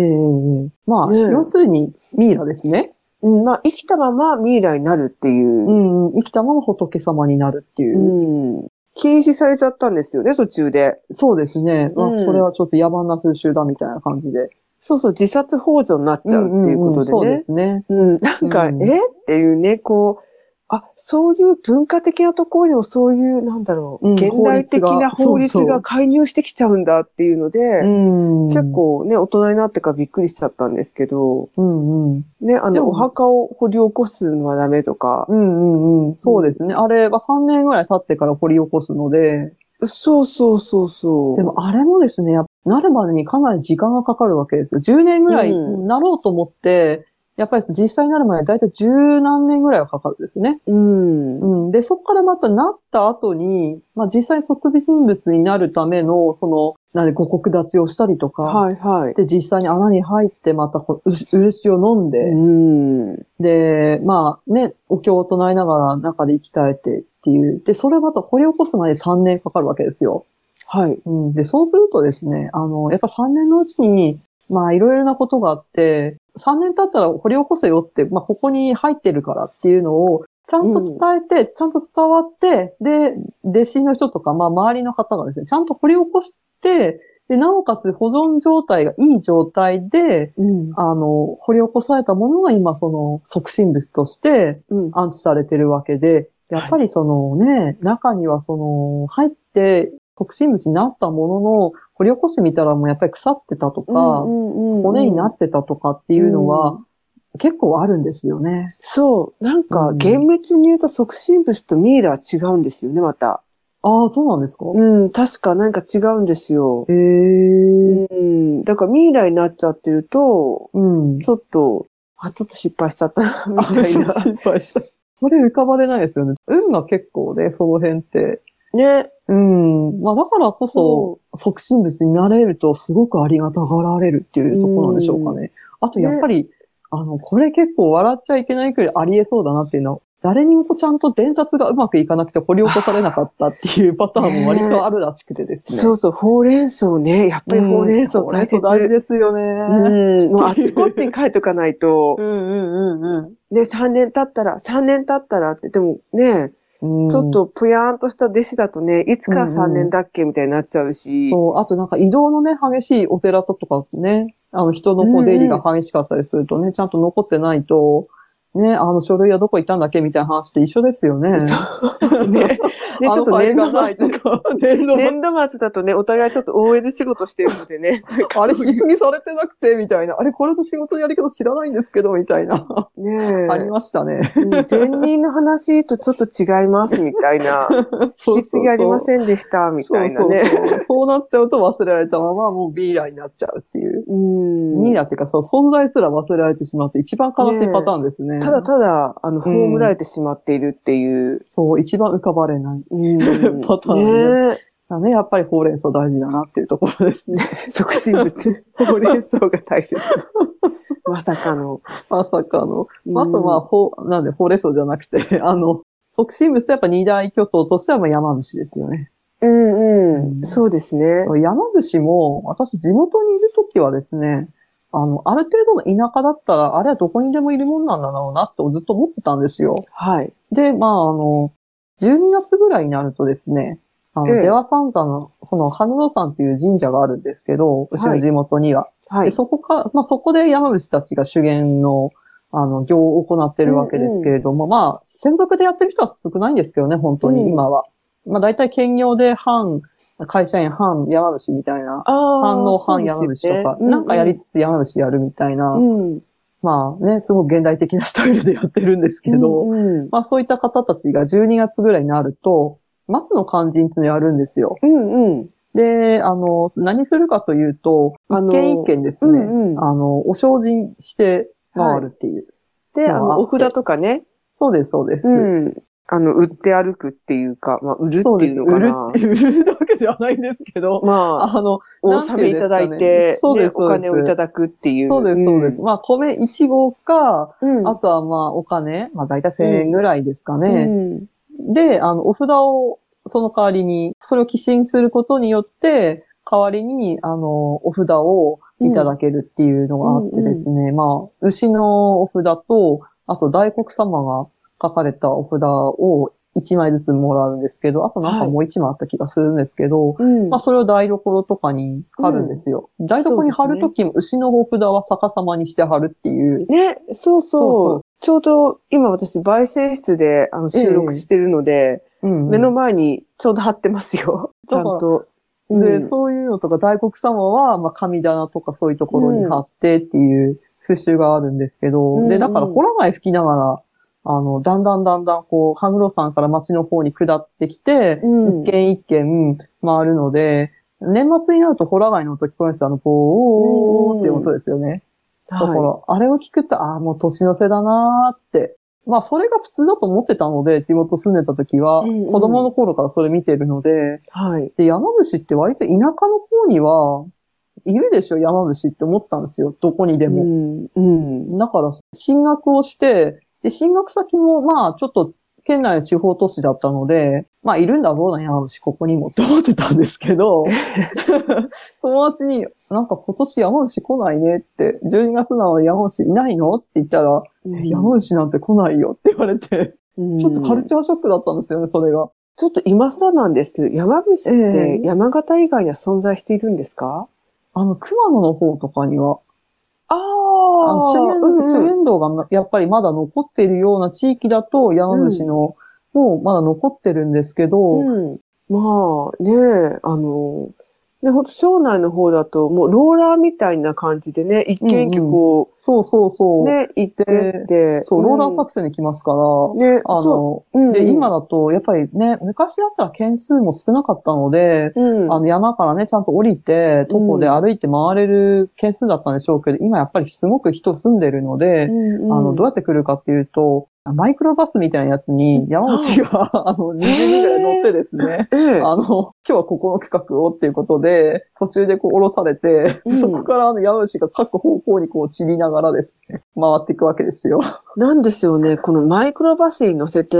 Speaker 1: まあ、
Speaker 2: ねえ
Speaker 1: 要するに、ミイラですね。
Speaker 2: うん、まあ、生きたままミイラになるっていうう。
Speaker 1: ん、生きたまま仏様になるっていう。
Speaker 2: うん。禁止されちゃったんですよね、途中で。
Speaker 1: そうですね。まあ
Speaker 2: うん
Speaker 1: それはちょっと野蛮な風習だみたいな感じで。
Speaker 2: そうそう、自殺ほ助になっちゃうっていう
Speaker 1: んん
Speaker 2: ことでね。
Speaker 1: んそうですね。
Speaker 2: うん、なんか、
Speaker 1: うん
Speaker 2: えっていうね、こう、あ、そういう文化的なところにもそういう、なんだろう、
Speaker 1: うん
Speaker 2: 現代的な法
Speaker 1: 法律が
Speaker 2: 律が介入してきちゃうんだっていうので、
Speaker 1: うん
Speaker 2: 結。構ね、大人になってからびっくりしちゃったんですけど、
Speaker 1: うんうん。
Speaker 2: ね、あ
Speaker 1: で
Speaker 2: の、
Speaker 1: も
Speaker 2: お墓を掘り起こすのはダメとか
Speaker 1: う、んうんうん。そうですね。あれは3年ぐらい経ってから掘り起こすので、
Speaker 2: そうそうそうそう。
Speaker 1: でもあれもですね、やっぱ慣るまでにかなり時間がかかるわけですよ。10年ぐらい
Speaker 2: うん
Speaker 1: なろうと思って、やっぱり実際になるまでだいたい十何年ぐらいはかかるんですね。
Speaker 2: うん。
Speaker 1: うん。で、そこからまたなった後に、まあ実際即備人物になるための、その、なんで五穀立ちをしたりとか、
Speaker 2: はいはい。
Speaker 1: で、実際に穴に入ってまたこう漆漆を飲んで、
Speaker 2: うん。
Speaker 1: で、まあね、お経を唱えながら中で生き絶えてっていう。で、それをまた掘り起こすまで3年かかるわけですよ。
Speaker 2: はい。
Speaker 1: うん。で、そうするとですね、あの、やっぱ3年のうちに、まあいろいろなことがあって、3年経ったら掘り起こせよって、まあここに入ってるからっていうのを、ちゃんと伝えて、ちゃんと伝わって、で、弟子の人とか、まあ周りの方がですね、ちゃんと掘り起こして、で、なおかつ保存状態がいい状態で、
Speaker 2: うん。
Speaker 1: あの、掘り起こされたものが今その促進物として
Speaker 2: うん。
Speaker 1: 安置されてるわけで、やっぱりそのね、中にはその、入って促進物になったものの、掘り起こしてみたらもうやっぱり腐ってたとか、
Speaker 2: 骨
Speaker 1: 骨になってたとかっていうのは、結構あるんですよね。
Speaker 2: そう。なんか、
Speaker 1: うん
Speaker 2: 厳密に言うと促進物とミイラは違うんですよね、また。
Speaker 1: ああ、そうなんですか
Speaker 2: うん、確かなんか違うんですよ。
Speaker 1: へえ。
Speaker 2: うん。だからミイラになっちゃってると、
Speaker 1: うん。
Speaker 2: ちょっと、あ、ちょっと失敗しちゃったな、みたいな。
Speaker 1: 敗 した。それ浮かばれないですよね。運が結構ね、その辺って。
Speaker 2: ね。
Speaker 1: うん。まあだからこそ、促進物になれるとすごくありがたがられるっていうところなんでしょうかね。あとやっぱり、あの、これ結構笑っちゃいけないくらいありえそうだなっていうのは、誰にもちゃんと伝達がうまくいかなくて掘り起こされなかったっていうパターンも割とあるらしくてですね。
Speaker 2: そうそう、ほうれん草ね。やっぱりほうれん草
Speaker 1: うん
Speaker 2: 大切。
Speaker 1: ほうれん草大事ですよ
Speaker 2: う
Speaker 1: ね。
Speaker 2: ん。もうあっちこっちに書いとかないと
Speaker 1: う、んうんうん
Speaker 2: ね、3年経ったら、3年経ったらって、でもね、
Speaker 1: うん。
Speaker 2: ちょっとぷやーんとした弟子だとね、いつから3年だっけみたいになっちゃうし。
Speaker 1: そう、あとなんか移動のね、激しいお寺とかね、あの人のこう出入りが激しかったりするとね、ちゃんと残ってないと、ね、あの書類はどこ行ったんだっけみたいな話と一緒ですよね。
Speaker 2: そう。ね。 ね、ち
Speaker 1: あ
Speaker 2: ょ
Speaker 1: のフ
Speaker 2: っと
Speaker 1: ァイル
Speaker 2: 年度
Speaker 1: がない
Speaker 2: 末
Speaker 1: とか、年度末
Speaker 2: 年度末だとね、お互いちょっと OL 仕事してるの でね。
Speaker 1: あれ、引き継ぎされてなくて、みたいな。あれ、これと仕事のやり方知らないんですけど、みたいな。
Speaker 2: ね
Speaker 1: ありましたね。
Speaker 2: え。うん前任の話とちょっと違いますみた いな。引き継ぎありま
Speaker 1: ん
Speaker 2: せんでしたみたいなね。
Speaker 1: そうそうそうそうなっちゃうと忘れられたまま、もうビーラーになっちゃうっていう。
Speaker 2: うん
Speaker 1: ミイラっていうか、そう、存在すら忘れられてしまって、一番悲しいパターンですね。
Speaker 2: ただただ、あの、葬られてしまっているっていう。
Speaker 1: そう、一番浮かばれない。
Speaker 2: うん
Speaker 1: パターン
Speaker 2: ね
Speaker 1: だね、やっぱりほうれん草大事だなっていうところですね。
Speaker 2: え。促進物。ほうれん草が大切。まさ かの。
Speaker 1: まさかの。
Speaker 2: うん
Speaker 1: あとまあ、ほう、なんでほうれん草じゃなくて、 あの、促進物ってやっぱ二大巨頭としてはまあ山伏ですよね。
Speaker 2: うんうん。そうですね。
Speaker 1: 山伏も、私地元にいるときはですね、あの、ある程度の田舎だったら、あれはどこにでもいるもんなんだろうなってずっと思ってたんですよ。
Speaker 2: はい。
Speaker 1: で、まあ、あの、12月ぐらいになるとですね、あの、
Speaker 2: ええ
Speaker 1: 出羽三山の、その、花野山っていう神社があるんですけど、うちの地元には。
Speaker 2: は
Speaker 1: で
Speaker 2: い。
Speaker 1: そこか、まあ、そこで山伏たちが修験の、あの、行を行ってるわけですけれども、まあ、専属でやってる人は少ないんですけどね、本当
Speaker 2: うん
Speaker 1: に今は。まあ、大体兼業で半、会社員半山伏みたいな、
Speaker 2: ああ
Speaker 1: 半農半山伏とか、なんかやりつつ山伏やるみたいな、
Speaker 2: うん。
Speaker 1: まあね、すごく現代的なスタイルでやってるんですけど、
Speaker 2: うん
Speaker 1: まあそういった方たちが12月ぐらいになると、松の肝心っていうのをやるんですよ。
Speaker 2: うんうん。
Speaker 1: で、あの、何するかというと、
Speaker 2: あの
Speaker 1: 一軒一軒ですね、
Speaker 2: うんうん
Speaker 1: あの、お精進して回るっていう。
Speaker 2: で、
Speaker 1: ま
Speaker 2: あの、
Speaker 1: あ
Speaker 2: お札とかね。
Speaker 1: そうです、そうです。
Speaker 2: うん。あの、売って歩くっていうか、まあ、売る
Speaker 1: そう
Speaker 2: って
Speaker 1: で
Speaker 2: い
Speaker 1: す。
Speaker 2: うのか
Speaker 1: 売る
Speaker 2: な
Speaker 1: っ。ていう、売るわけではないんですけど、
Speaker 2: まあ、
Speaker 1: あの、
Speaker 2: お
Speaker 1: なんて
Speaker 2: 納めいただいて、
Speaker 1: うんですかねそうです
Speaker 2: ねお金をいただくっていう。
Speaker 1: そうです、そうです。まあ、米1合か、
Speaker 2: うん。
Speaker 1: あとはまあ、お金、まあ、だいたい1000円ぐらいですか
Speaker 2: う
Speaker 1: ね。
Speaker 2: ん。
Speaker 1: で、あの、お札を、その代わりに、それを寄進することによって、代わりに、あの、お札をいただけるっていうのがあってですね、まあ、牛のお札と、あと大黒様が書かれたお札を1枚ずつもらうんですけど、あとなんかもう1枚あった気がするんですけど、
Speaker 2: うん。
Speaker 1: まあそれを台所とかに貼るんですよ。台所に貼るときも牛のお札は逆さまにして貼るっていう。
Speaker 2: ね、そ
Speaker 1: そう
Speaker 2: う
Speaker 1: そ
Speaker 2: そうう。ちょうど今私、焙煎室であの収録してるので、
Speaker 1: うん
Speaker 2: 目の前にちょうど貼ってますよ。ちゃんと。
Speaker 1: で、
Speaker 2: うん
Speaker 1: そういうのとか、大黒様は、まあ、神棚とかそういうところに貼ってっていう風習があるんですけど、
Speaker 2: うん
Speaker 1: で、だから、ホラ貝吹きながら、あの、だんだんだんだん、こう、羽黒山から町の方に下ってきて、
Speaker 2: うん
Speaker 1: 一軒一軒回るので、年末になると、ホラ貝の音聞こえてたの、こう、おーおーおーっていう音ですよね。だから、
Speaker 2: は
Speaker 1: あれを聞くと、ああ、もう年の瀬だなーって。まあ、それが普通だと思ってたので、地元住んでた時は、
Speaker 2: うんうん
Speaker 1: 子供の頃からそれ見てるので、
Speaker 2: い。はい。
Speaker 1: で、山伏って割と田舎の方には、いるでしょ、山伏って思ったんですよ。どこにで
Speaker 2: う
Speaker 1: も。
Speaker 2: ん。うん。
Speaker 1: だから、進学をして、で、進学先も、まあ、ちょっと、県内の地方都市だったので、まあ、いるんだろうな、山伏、ここにもって思ってたんですけ ど、友達に、なんか今年山伏来ないねって、12月なのに山伏いないのって言ったら、
Speaker 2: うん
Speaker 1: 山伏なんて来ないよって言われて、
Speaker 2: うん
Speaker 1: ちょっとカルチャーショックだったんですよね、それが。
Speaker 2: ちょっと今更なんですけど、山伏っ
Speaker 1: え
Speaker 2: て山形以外には存在しているんですか、
Speaker 1: あの、熊野の方とかには、
Speaker 2: あ
Speaker 1: あの
Speaker 2: あ
Speaker 1: 修
Speaker 2: う
Speaker 1: 験、
Speaker 2: ん
Speaker 1: 修
Speaker 2: うん
Speaker 1: 験道がやっぱりまだ残っているような地域だと、山伏の、もうまだ残ってるんですけど、
Speaker 2: うんまあねえ、あの、ね、ほんと、庄内の方だと、もうローラーみたいな感じでね、一軒一軒こ、
Speaker 1: そうそうそうう。
Speaker 2: ね、行ってって。
Speaker 1: そう、ローラー
Speaker 2: 作
Speaker 1: 作戦に来ますから、
Speaker 2: ね、
Speaker 1: あ
Speaker 2: そ
Speaker 1: の、
Speaker 2: う。うん
Speaker 1: で、今、だと、やっぱりね、昔だったら件数も少なかったので、
Speaker 2: うん、
Speaker 1: あの山からね、ちゃんと降りて、徒歩で歩いて回れる件数だったんでしょうけど、今やっぱりすごく人住んでるので、あの、どうや
Speaker 2: や
Speaker 1: って来るかっていうと、マイクロバスみたいなやつに山口 が、あの、20人ぐらい乗ってですね、
Speaker 2: ええ
Speaker 1: あの、今日はここの区画をっていうことで、途中でこう降ろされて、
Speaker 2: うん
Speaker 1: そこからあの山口が各方向にこう散りながらですね、回っていくわけですよ。
Speaker 2: なんですよね、このマイクロバスに乗せて、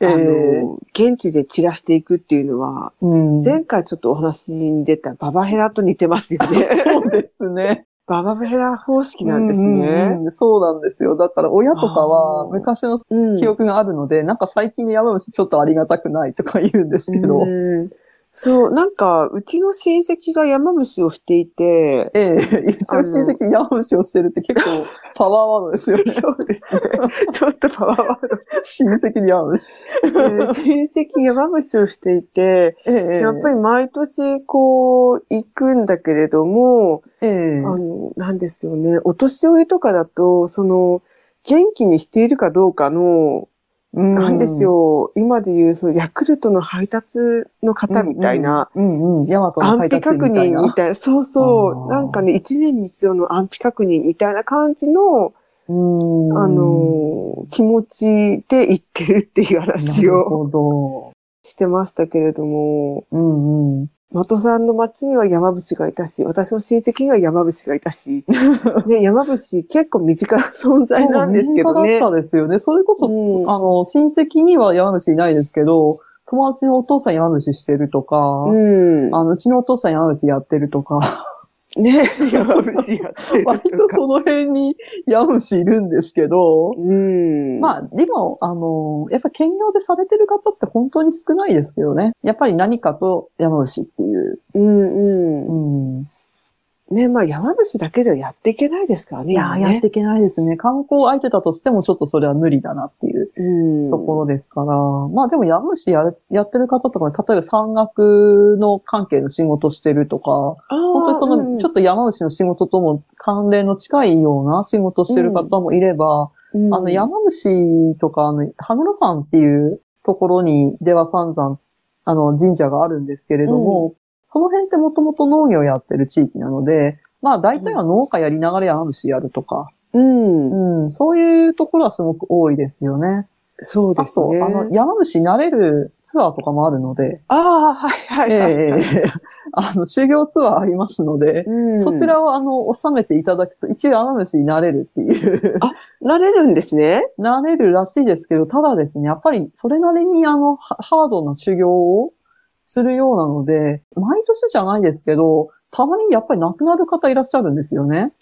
Speaker 1: ええ
Speaker 2: あの、現地で散らしていくっていうのは、
Speaker 1: うん
Speaker 2: 前回ちょっとお話に出たババヘラと似てますよね。
Speaker 1: そうですね。
Speaker 2: ババヘラ方式なんです
Speaker 1: うん
Speaker 2: ね。
Speaker 1: うんうんそうなんですよ。だから親とか
Speaker 2: あ
Speaker 1: は
Speaker 2: ー
Speaker 1: 昔の
Speaker 2: うん
Speaker 1: 記憶があるので、なんか最近の山虫ちょっとありがたくないとか言うんですけど。
Speaker 2: うんそう、なんか、うちの親戚が山伏をしていて、
Speaker 1: ええ、一応親戚に山虫をしてるって結構パワーワードです よね。
Speaker 2: そうですね。ちょっとパワーワー
Speaker 1: 親戚に山虫。
Speaker 2: ドで。親戚山伏をしていて、
Speaker 1: ええ、
Speaker 2: やっぱり毎年こう、行くんだけれども、
Speaker 1: り、え
Speaker 2: あの、なんですよね、お年寄りとかだと、その、元気にしているかどうかの、
Speaker 1: え、
Speaker 2: なんですよ、今で言う、その、ヤクルトの配達
Speaker 1: う
Speaker 2: の
Speaker 1: ん
Speaker 2: 方みたいな、。
Speaker 1: うんうん。ヤマトの
Speaker 2: 安
Speaker 1: 配
Speaker 2: 否
Speaker 1: 達員
Speaker 2: 確
Speaker 1: みたい
Speaker 2: 認み
Speaker 1: な。
Speaker 2: たいな。そうそ
Speaker 1: あ
Speaker 2: う。
Speaker 1: ー
Speaker 2: なんかね、一年に一度の安否確認みたいな感じの、
Speaker 1: うん
Speaker 2: あのー、気持ちで言ってるっていう
Speaker 1: な
Speaker 2: 話
Speaker 1: る
Speaker 2: を
Speaker 1: ほど。
Speaker 2: してましたけれども、
Speaker 1: うんうん。
Speaker 2: 能登さんの町には山伏がいたし、私の親戚には山伏がい たし、ね、山伏結構身近な存在なんですけどね。
Speaker 1: そう身近だったですよね。それこそ
Speaker 2: うん
Speaker 1: あの、親戚には山主いないですけど、友達のお父さん山主してるとか、
Speaker 2: うん。
Speaker 1: あの、うちのお父さん山主やってると か、
Speaker 2: ね、山伏やってるとか
Speaker 1: 割とその辺に山主いるんですけど、
Speaker 2: うん。
Speaker 1: まあ、でも、あの、やっぱ兼業でされてる方って本当に少ないですけどね。やっぱり何かと山主っていう。
Speaker 2: うんう
Speaker 1: うん。
Speaker 2: ん。ね、まあ山伏だけではやっていけないですからね。
Speaker 1: いやー、
Speaker 2: 今ね
Speaker 1: やっていけないですね。観光相手だとしてもちょっとそれは無理だなっていう。
Speaker 2: うん
Speaker 1: ところですから、まあでも山虫やれやってる方とか、例えば山岳の関係の仕事してるとか、本
Speaker 2: 本
Speaker 1: 当にその、ちょっと山虫の仕事とも関連の近いような仕事してる方もいれば、あの山虫とか、あの、羽黒山っていうところに、では三山、あの、神社があるんですけれども、その辺ってもともと農業やってる地域なので、まあ大体は農家やりながら山虫やるとか、
Speaker 2: うん、
Speaker 1: うん、そういうところはすごく多いですよね。
Speaker 2: そうで
Speaker 1: あ
Speaker 2: す
Speaker 1: と、
Speaker 2: ね。
Speaker 1: あの、山伏になれるツアーとかもあるので、
Speaker 2: ああ、はい
Speaker 1: ええ
Speaker 2: はいはい。
Speaker 1: ええ あの、修行ツアーありますので、
Speaker 2: うん
Speaker 1: そちらをあの、収めていただくと、一応山伏になれるっていう、
Speaker 2: あなれるんですね。
Speaker 1: なれるらしいですけど、ただですね、やっぱりそれなりにあの、ハハードな修行をするようなので、毎年じゃないですけど、たまにやっぱり亡くなる方いらっしゃるんですよね。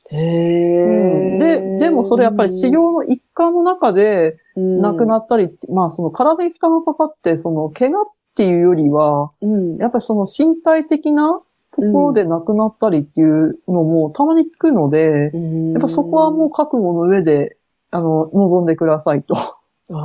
Speaker 1: う
Speaker 2: へ
Speaker 1: んで、でもそれやっぱり修行の一環の中で、亡くな
Speaker 2: っ
Speaker 1: ったり、まあその体に負担がかかって、その怪我っていうよりは、
Speaker 2: うん
Speaker 1: やっぱりその身体的なところで亡くなったりっていうのもたまに聞くので、やっぱそこはもう覚悟の上で、あの、望んでくださいと。
Speaker 2: うん、あ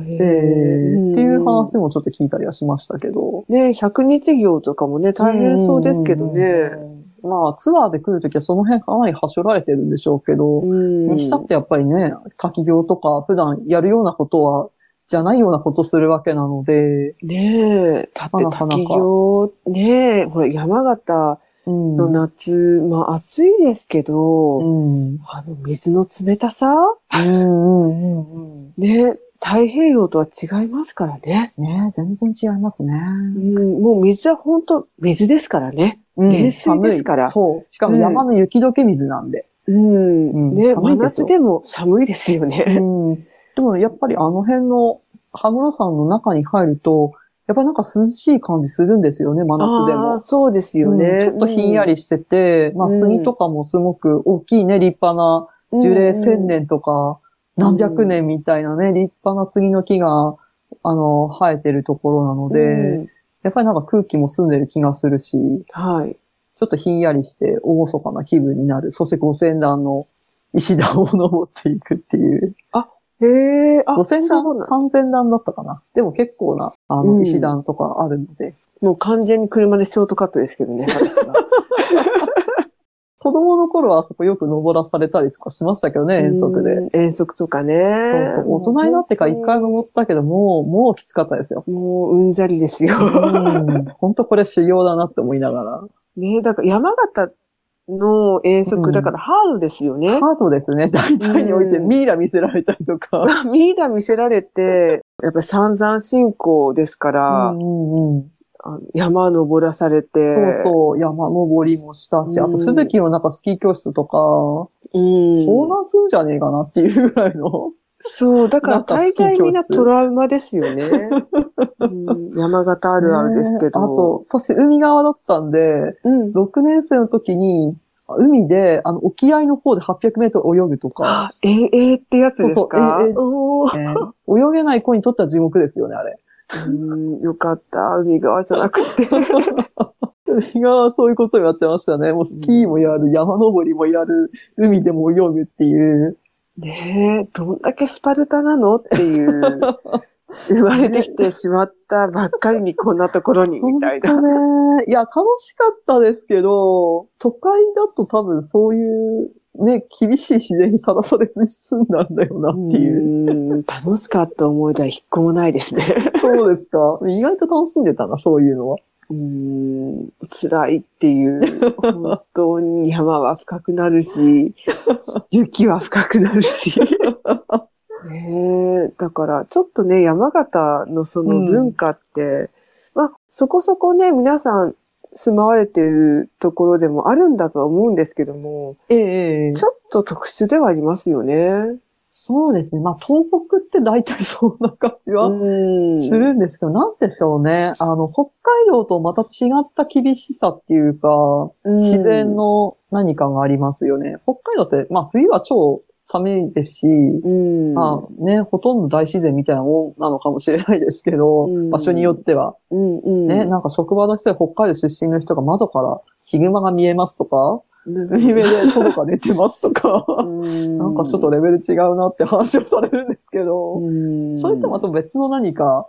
Speaker 2: あ、へえ
Speaker 1: えーっていう話もちょっと聞いたりはしましたけど。
Speaker 2: ね、100日行とかもね、大変そうですけどね。
Speaker 1: うん。まあ、ツアーで来るときはその辺かなりはしょられてるんでしょうけど、
Speaker 2: うん
Speaker 1: にしたってやっぱりね、滝行とか普段やるようなことは、じゃないようなことするわけなので、
Speaker 2: ねえ、だ
Speaker 1: な
Speaker 2: って
Speaker 1: かなか
Speaker 2: 滝行、ねえ、ほら、山形
Speaker 1: うん
Speaker 2: の夏、まあ暑いですけど、
Speaker 1: うん。
Speaker 2: あの、水の冷たさ
Speaker 1: うんうんうんうん。
Speaker 2: ね、太平洋とは違いますからね。
Speaker 1: ね全然違いますね。
Speaker 2: うん、もう水は本当水ですからね。冷水ですか
Speaker 1: 寒
Speaker 2: ら
Speaker 1: いそう。しかも
Speaker 2: うん
Speaker 1: 山の雪解け水なんで。
Speaker 2: うん、
Speaker 1: うん
Speaker 2: ね、
Speaker 1: 寒
Speaker 2: 真
Speaker 1: いですよ
Speaker 2: 夏でも寒いですよ
Speaker 1: う
Speaker 2: ね。
Speaker 1: ん。でもやっぱりあの辺の羽黒山の中に入ると、やっぱりなんか涼しい感じするんですよね、真夏で
Speaker 2: あー
Speaker 1: も。
Speaker 2: そうですよね、
Speaker 1: うんちょっとひんやりしてて、まあ
Speaker 2: うん
Speaker 1: 杉とかもすごく大きいね、立派な樹齢千年とか何百年みたいなね、立派な杉の木が、あの、生えてるところなので、
Speaker 2: うん
Speaker 1: やっぱりなんか空気も澄んでる気がするし、ち
Speaker 2: はい。
Speaker 1: ょっとひんやりして厳かな気分になる。そして五千段の石段を登っていくっていう。
Speaker 2: へえ、あ、
Speaker 1: 五千
Speaker 2: そう
Speaker 1: 段、
Speaker 2: なん
Speaker 1: 三千段だったかな。でも結構な、あ
Speaker 2: う
Speaker 1: の、
Speaker 2: ん
Speaker 1: 石段とかあるので、
Speaker 2: もう完全に車でショートカットですけどね、私は。
Speaker 1: 子供の頃はあそこよく登らされたりとかしましたけどね、遠足で。
Speaker 2: うん。遠足とかね。
Speaker 1: そう大人になってから一回登ったけど、もう、もうきつかったですよ。
Speaker 2: もううんざりですよ。
Speaker 1: 本当これ修行だなって思いながら。
Speaker 2: ねだから山形の遠
Speaker 1: う
Speaker 2: 足、
Speaker 1: ん
Speaker 2: だからハードですよね。
Speaker 1: ハードですね。大体において
Speaker 2: うん
Speaker 1: ミイラ見せられたりとか。
Speaker 2: ミイラ見せられて、やっぱり散々信仰ですから、
Speaker 1: うんうん
Speaker 2: あの山登らされて、
Speaker 1: そうそう、山登りもしたし、あと、
Speaker 2: うん
Speaker 1: 鈴木のなんかスキー教室とか、
Speaker 2: うん
Speaker 1: 遭難するんじゃねえかなっていうぐらいの。
Speaker 2: そう、だから
Speaker 1: なんか
Speaker 2: 大体みんな
Speaker 1: スキー教室
Speaker 2: トラウマですよね。うん山形あるあるですけど。
Speaker 1: ねあと、私、海側だったんで、
Speaker 2: うん、
Speaker 1: 6年生の時に、海で、あの、沖合の方で800メートル泳ぐと か、
Speaker 2: あ、えええってやつですか
Speaker 1: そうそうええええ
Speaker 2: おー
Speaker 1: ね泳げない子にとっては地獄ですよね、あれ。
Speaker 2: うんよかった。海側じゃなく て。
Speaker 1: 海側はそういうことをやってましたね。もうスキーもやる、山登りもやる、海でも泳ぐっていう。
Speaker 2: ねえ、どんだけスパルタなのっていう。生まれてきてしまったばっかりにこんなところに、みたいな。
Speaker 1: 本当ね。いや、楽しかったですけど、都会だと多分そういう、ね、厳しい自然にさらされずに済んだんだよなっていう。
Speaker 2: うん楽しかった思い出は一個もないですね。
Speaker 1: そうですか。意外と楽しんでたな、そういうのは。
Speaker 2: うん辛いっ ていう。本当に山は深くなるし、雪は深くな るし。ねえ、だからちょっとね、山形のその文化って、まあ、そこそこね、皆さん住まわれてるところでもあるんだとは思うんですけども、
Speaker 1: ええ
Speaker 2: ちょっと特殊ではありますよね。
Speaker 1: そうですね。まあ、東北って大体そんな感じは
Speaker 2: うん
Speaker 1: するんですけど、なんでしょうね。あの、北海道とまた違った厳しさっていうか、自然の何かがありますよね。北海道って、まあ冬は超寒いですし、
Speaker 2: うん、
Speaker 1: まあね、ほとんど大自然みたいなもんなのかもしれないですけど、
Speaker 2: うん
Speaker 1: 場所によっては。
Speaker 2: うんうん、
Speaker 1: ね、なんか職場の人で北海道出身の人が窓からヒグマが見えますとか、海
Speaker 2: な
Speaker 1: 辺でトドが寝てますとか、 なんかちょっと、レベル違うなって話をされるんですけど、
Speaker 2: うん
Speaker 1: それとまた別の何か、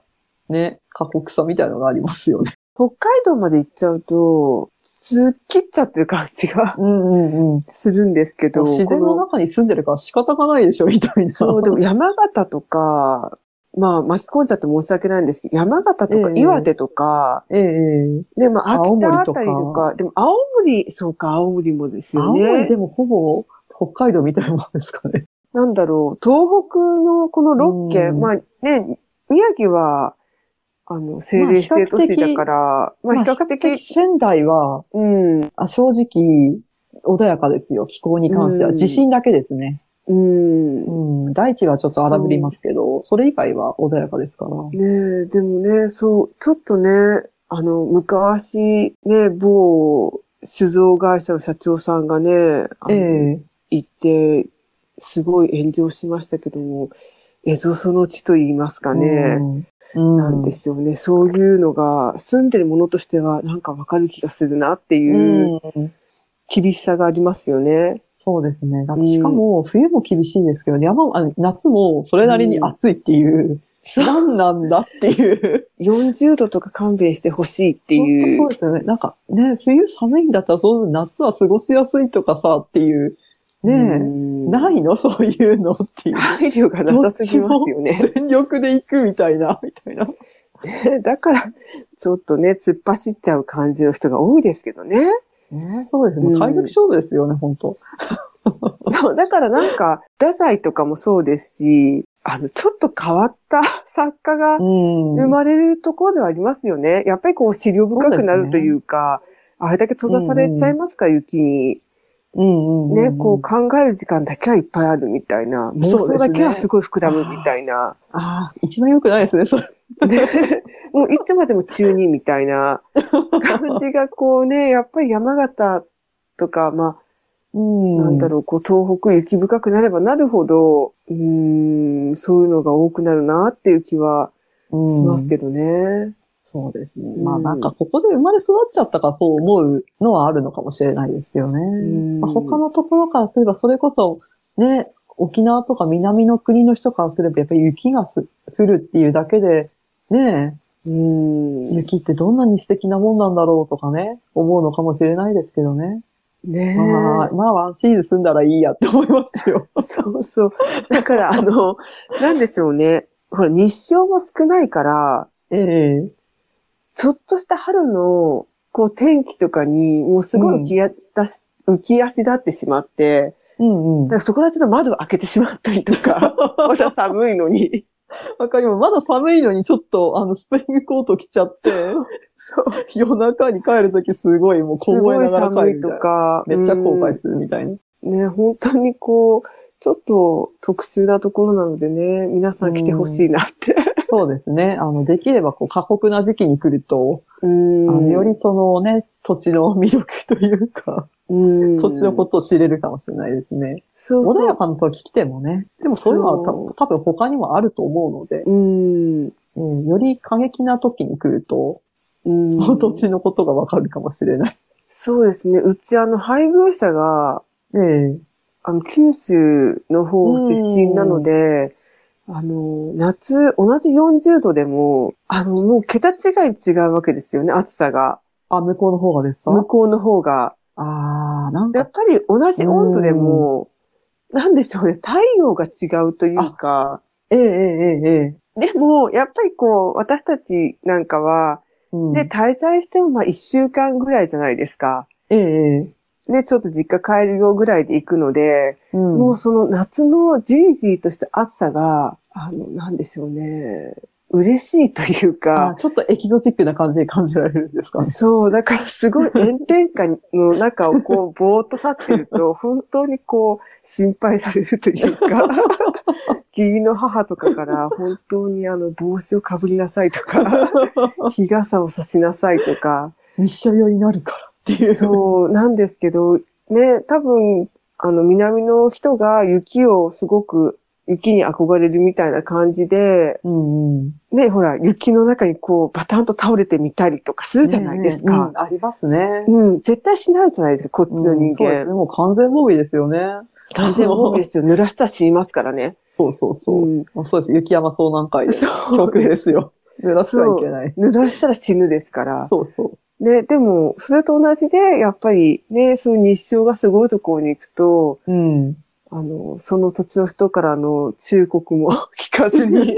Speaker 1: ね、過酷さみたいのがありますよね。
Speaker 2: 北海道まで行っちゃうと、突っ切っちゃってる感じが
Speaker 1: うんうんうん。
Speaker 2: するんですけど、
Speaker 1: 自然
Speaker 2: こ
Speaker 1: の中に住んでるから仕方がないでしょ、みたいな。
Speaker 2: そう、でも山形とか、まあ巻き込んじゃって申し訳ないんですけど、山形とか
Speaker 1: ええ
Speaker 2: 岩手とか、
Speaker 1: ええ
Speaker 2: でも秋田あたり
Speaker 1: 青
Speaker 2: と
Speaker 1: 森と
Speaker 2: か、でも青森、そうか、青森もですよ
Speaker 1: 青森
Speaker 2: ね
Speaker 1: で。もほぼ北海道みたいなもんですかね。
Speaker 2: なんだろう、東北のこの6
Speaker 1: う
Speaker 2: 県、
Speaker 1: ん
Speaker 2: まあね、宮城は、あの、政令指定都市だから、まあ比較的、
Speaker 1: 仙台は、
Speaker 2: うん、
Speaker 1: あ正直、穏やかですよ、気候に関して
Speaker 2: う
Speaker 1: は。
Speaker 2: ん
Speaker 1: 地震だけですね。
Speaker 2: うん
Speaker 1: う。ん。大地はちょっと荒ぶりますけど、それ以外は穏やかですから。
Speaker 2: ねえ、でもね、そう、ちょっとね、あの、昔、ね、某酒造会社の社長さんがね、あ
Speaker 1: え
Speaker 2: の
Speaker 1: え
Speaker 2: 行って、すごい炎上しましたけども、エゾソの地と言いますかね、
Speaker 1: うん。。
Speaker 2: なんですすよね。そういうのが、住んでるものとしては、なんかわかる気がするなって
Speaker 1: う。
Speaker 2: いうん厳しさがありますよね。
Speaker 1: そうですね。だってしかも、冬も厳しいんですけど、山もあの夏もそれなりに暑いっていう、何なんだっていう。
Speaker 2: 40度とか勘弁してほしいってい
Speaker 1: 本
Speaker 2: う
Speaker 1: 当そう。ですよね。なんかね、冬寒いんだったら、その夏は過ごしやすいとかさ、っていう。ねえ、
Speaker 2: うん
Speaker 1: ないの そういうのっていう。
Speaker 2: 配慮がなさすぎますよね。
Speaker 1: 全力で行くみたいな、みたいな。
Speaker 2: だから、ちょっとね、突っ走っちゃう感じの人が多いですけ どね。
Speaker 1: そうですね。もう体力勝負ですよね、本当
Speaker 2: そう、だからなんか、太宰とかもそうですし、あの、ちょっと変わった作家が
Speaker 1: うん
Speaker 2: 生まれるところではありますよね。やっぱりこう、資料深くなるというか、あれだけ閉ざされちゃいますから、雪
Speaker 1: うん
Speaker 2: に。
Speaker 1: うんうん
Speaker 2: ね、こう考える時間だけはいっぱいあるみたいな、妄
Speaker 1: そうですね
Speaker 2: 想だけはすごい膨らむみたいな。
Speaker 1: ああ、一番良くないですね、それ。
Speaker 2: で、もういつまでも中二みたいな感じがこうね、やっぱり山形とか、まあ、
Speaker 1: うん。
Speaker 2: なんだろう、こう、東北雪深くなればなるほど、うーん、そういうのが多くなるなっていう気は
Speaker 1: う
Speaker 2: します
Speaker 1: ど。
Speaker 2: けどね。
Speaker 1: そうですね。
Speaker 2: うん
Speaker 1: まあなんかここで生まれ育っちゃったからそう思うのはあるのかもしれないですよね。
Speaker 2: ん
Speaker 1: まあ、他のところからすればそれこそね、沖縄とか南の国の人からすればやっぱり雪がす降るっていうだけで、ね
Speaker 2: うん。
Speaker 1: え、雪ってどんなに素敵なもんなんだろうとかね、思うのかもしれないですけどね。
Speaker 2: ねえ
Speaker 1: まあ、まあワンシーズン住んだらいいやって思いますよ。
Speaker 2: そうそう。だから、あの、 なんでしょうね。ほら、日照も少ないから、
Speaker 1: ええ
Speaker 2: ちょっとした春の、こう、天気とかに、もうすごい浮きやだし浮き足立ってしまって、
Speaker 1: うんうん
Speaker 2: だか。らそこら中の窓を開けてしまったりと か、まだ寒いのに。
Speaker 1: わかります。まだ寒いのにちょっと、あの、スプリングコート着ちゃって、
Speaker 2: そう。
Speaker 1: 夜中に帰るときすごいもう
Speaker 2: す
Speaker 1: 凍え
Speaker 2: ごい
Speaker 1: ながら
Speaker 2: 寒
Speaker 1: 帰る
Speaker 2: い
Speaker 1: み
Speaker 2: と
Speaker 1: たいな。
Speaker 2: か。
Speaker 1: めっちゃ後悔
Speaker 2: す
Speaker 1: するみたいな。
Speaker 2: る。ね、本当にこう、ちょっと特殊なところなのでね、皆さん来てほしいなって。
Speaker 1: そうですね。あの、できればこう過酷な時期に来ると、
Speaker 2: うん
Speaker 1: あのよりそのね、土地の魅力というか、
Speaker 2: うん
Speaker 1: 土地のことを知れるかもしれないですね。
Speaker 2: そうそ
Speaker 1: 穏
Speaker 2: う
Speaker 1: やかな時来てもね、でもそういうのは
Speaker 2: そ
Speaker 1: 多
Speaker 2: う
Speaker 1: 多分他にもあると思うので、
Speaker 2: うん。
Speaker 1: うんより過激な時に来ると、
Speaker 2: うん
Speaker 1: その土地のことがわかるかもしれない。
Speaker 2: そうですね。うち、あの、配偶者が、
Speaker 1: ええ
Speaker 2: あの、九州の方出身なので、あの、夏、同じ40度でも、あの、もう桁違い違うわけですよね、暑さが。
Speaker 1: あ、向こうの方がですか
Speaker 2: 向こうの方が。
Speaker 1: ああ、なん
Speaker 2: や
Speaker 1: か
Speaker 2: っ、ぱり同じ温度でも、なんでしょうね、太陽が違うというか、
Speaker 1: ええええええ
Speaker 2: でも、やっぱりこう、私たちなんかは、
Speaker 1: うん
Speaker 2: で、滞在してもまあ1週間ぐらいじゃないですか。
Speaker 1: えええ
Speaker 2: ね、ちょっと実家帰るよぐらいで行くので、
Speaker 1: えうん
Speaker 2: もうその夏のジージーとした暑さが、あの、なんでしょうね。嬉しいという
Speaker 1: あ
Speaker 2: か、
Speaker 1: ちょっとエキゾチックな感じで感じられるんですかね。
Speaker 2: そう、だから すごい炎天下の中をこう、ぼーっと立ってる と、本当にこう、心配されるというか、義理の母とかから、本当にあの、帽子をかぶりなさいと か、日傘を差しなさいとか、
Speaker 1: 日射用になるからっていう。
Speaker 2: そうなんですけど、ね、多分、あの、南の人が雪をすごく、雪に憧れるみたいな感じで、
Speaker 1: うんうん。
Speaker 2: ね、ほら、雪の中にこう、バタンと倒れてみたりとかするじゃないです
Speaker 1: ねえねえ
Speaker 2: か
Speaker 1: う。んありますね。
Speaker 2: うん、絶対しないじゃないですか、こっちの
Speaker 1: うん
Speaker 2: 人
Speaker 1: そうです
Speaker 2: 間。
Speaker 1: ね。もう完全防備ですよね。
Speaker 2: 完全防備で すよ。濡らしたら死にますからね。
Speaker 1: そうそうそう。
Speaker 2: うん
Speaker 1: そうです。雪山遭難会で。
Speaker 2: そう
Speaker 1: 曲ですよ。濡らしてはいけない。
Speaker 2: 濡らしたら死ぬですから。
Speaker 1: そうそう。
Speaker 2: ね、でも、それと同じで、やっぱりね、そういう日照がすごいところに行くと、
Speaker 1: うん。
Speaker 2: あの、その土地の人からの忠告も 聞か ずに、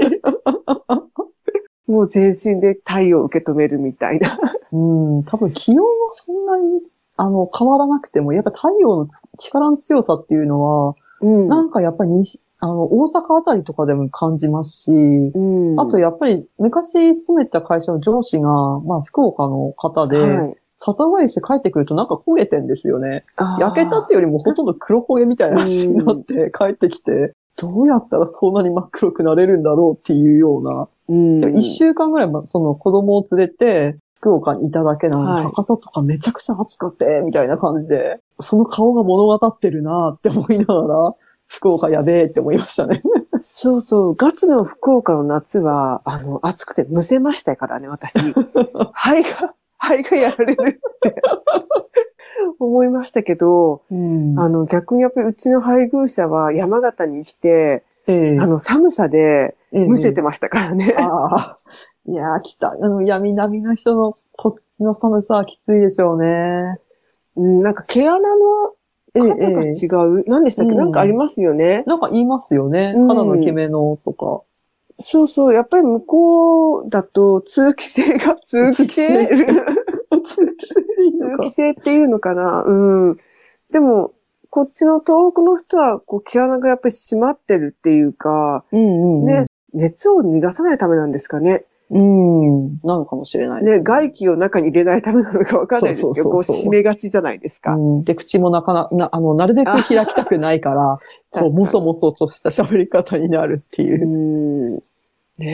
Speaker 2: もう全身で太陽を受け止めるみたいな。
Speaker 1: うん、多分気温はそんなに、あの、変わらなくても、やっぱ太陽のつ力の強さっていうのは、
Speaker 2: うん
Speaker 1: なんかやっぱり西、あの、大阪あたりとかでも感じますし、
Speaker 2: うん
Speaker 1: あとやっぱり昔勤めてた会社の上司が、まあ福岡の方で、
Speaker 2: はい
Speaker 1: 里帰りして帰ってくるとなんか焦げてんですよね。
Speaker 2: あー
Speaker 1: 焼けたっていうよりもほとんど黒焦げみたいな話になって帰ってきて、どうやったらそんなに真っ黒くなれるんだろうっていうような。
Speaker 2: うん
Speaker 1: でも一週間ぐらいまその子供を連れて福岡にいただけなの
Speaker 2: はい
Speaker 1: に、博多とかめちゃくちゃ暑くて、みたいな感じで、その顔が物語ってるなって思いながら、福岡やべえって思いましたね。
Speaker 2: そうそう、ガチの福岡の夏は、あの、暑くてむせましたから ね、私。肺が、肺がやられるって思いましたけど、
Speaker 1: うん
Speaker 2: あの、逆にやっぱりうちの配偶者は山形に来て、
Speaker 1: ええ
Speaker 2: あの、寒さでむせてましたからね。
Speaker 1: ああ。いやー、北、あの、闇並みの人のこっちの寒さはきついでしょうね。
Speaker 2: うん、なんか毛穴の
Speaker 1: え
Speaker 2: 数が違う。何でしたっけ、
Speaker 1: うん
Speaker 2: なんかありますよね。
Speaker 1: なんか言いますよね。
Speaker 2: うん
Speaker 1: 肌のキメのと か。
Speaker 2: そうそう。やっぱり向こうだと通気性が、通気性
Speaker 1: 通気性
Speaker 2: 通気性っていうのかな。うん。でも、こっちの東北の人は、こう、毛穴がやっぱり閉まってるっていうか、
Speaker 1: うんうん。
Speaker 2: ね、熱を逃がさないためなんですかね。
Speaker 1: うん。なのかもしれないです
Speaker 2: ね、外気を中に入れないためなのかわかんないですけど、
Speaker 1: そうそうそうそう
Speaker 2: こう、締めがちじゃないですか。
Speaker 1: うんで、口もなかな、な、あの、なるべく開き たくないから、こう、もそ
Speaker 2: も
Speaker 1: もそとした喋り方になるっていうう。
Speaker 2: ん。
Speaker 1: いや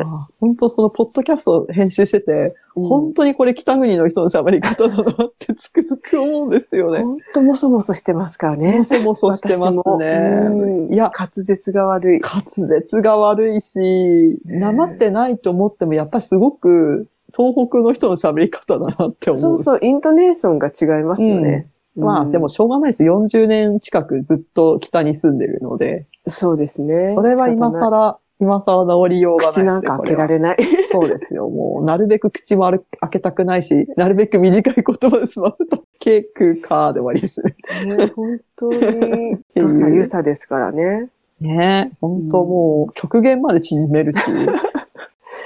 Speaker 2: ね
Speaker 1: ー本当そのポッドキャスト編集してて、
Speaker 2: え。
Speaker 1: 本当にこれ北国の人の喋り方だなってつくづく思うんですよ
Speaker 2: 当
Speaker 1: ね。
Speaker 2: 本当もそもそしてますからね
Speaker 1: も。そもそしてます
Speaker 2: 私もう
Speaker 1: ね。
Speaker 2: ん
Speaker 1: いや、
Speaker 2: 滑舌が悪い。
Speaker 1: 滑舌が悪いし、なまってないと思ってもやっぱりすごく東北の人の喋り方だなって
Speaker 2: そ
Speaker 1: 思う。
Speaker 2: うそう、イントネーションが違いますよね。
Speaker 1: まあでもしょうがないです。40年近くずっと北に住んでるので、
Speaker 2: そうですね。
Speaker 1: それは今
Speaker 2: 仕方ない
Speaker 1: 更、今更治りようがないです
Speaker 2: 口
Speaker 1: ね。
Speaker 2: なんか
Speaker 1: こ
Speaker 2: 開
Speaker 1: れ
Speaker 2: け
Speaker 1: は
Speaker 2: られない。
Speaker 1: そうですよ。もう、なるべく口もある開けたくないし、なるべく短い言葉で済ませた。ケークかーで終わりですね。
Speaker 2: ね本当 に
Speaker 1: ていう、
Speaker 2: とさゆさですからね。
Speaker 1: ねえ、本当
Speaker 2: うん
Speaker 1: もう、極限まで縮めるっていう。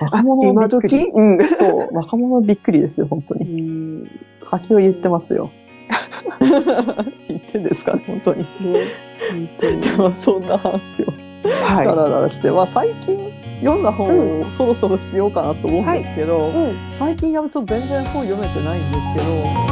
Speaker 1: 若者
Speaker 2: 今
Speaker 1: びっく
Speaker 2: 時
Speaker 1: り。
Speaker 2: うん。
Speaker 1: そう、若者びっくりですよ、本当に。先を言ってますよ。 言ってんですかね、本当に。
Speaker 2: ね本当に
Speaker 1: では、そんな話を、
Speaker 2: は
Speaker 1: だ
Speaker 2: い。
Speaker 1: らだらして、まあ、最近読んだ本をそろそろしようかなと思うんですけど、
Speaker 2: うん
Speaker 1: 最近やると全然本読めてないんですけど、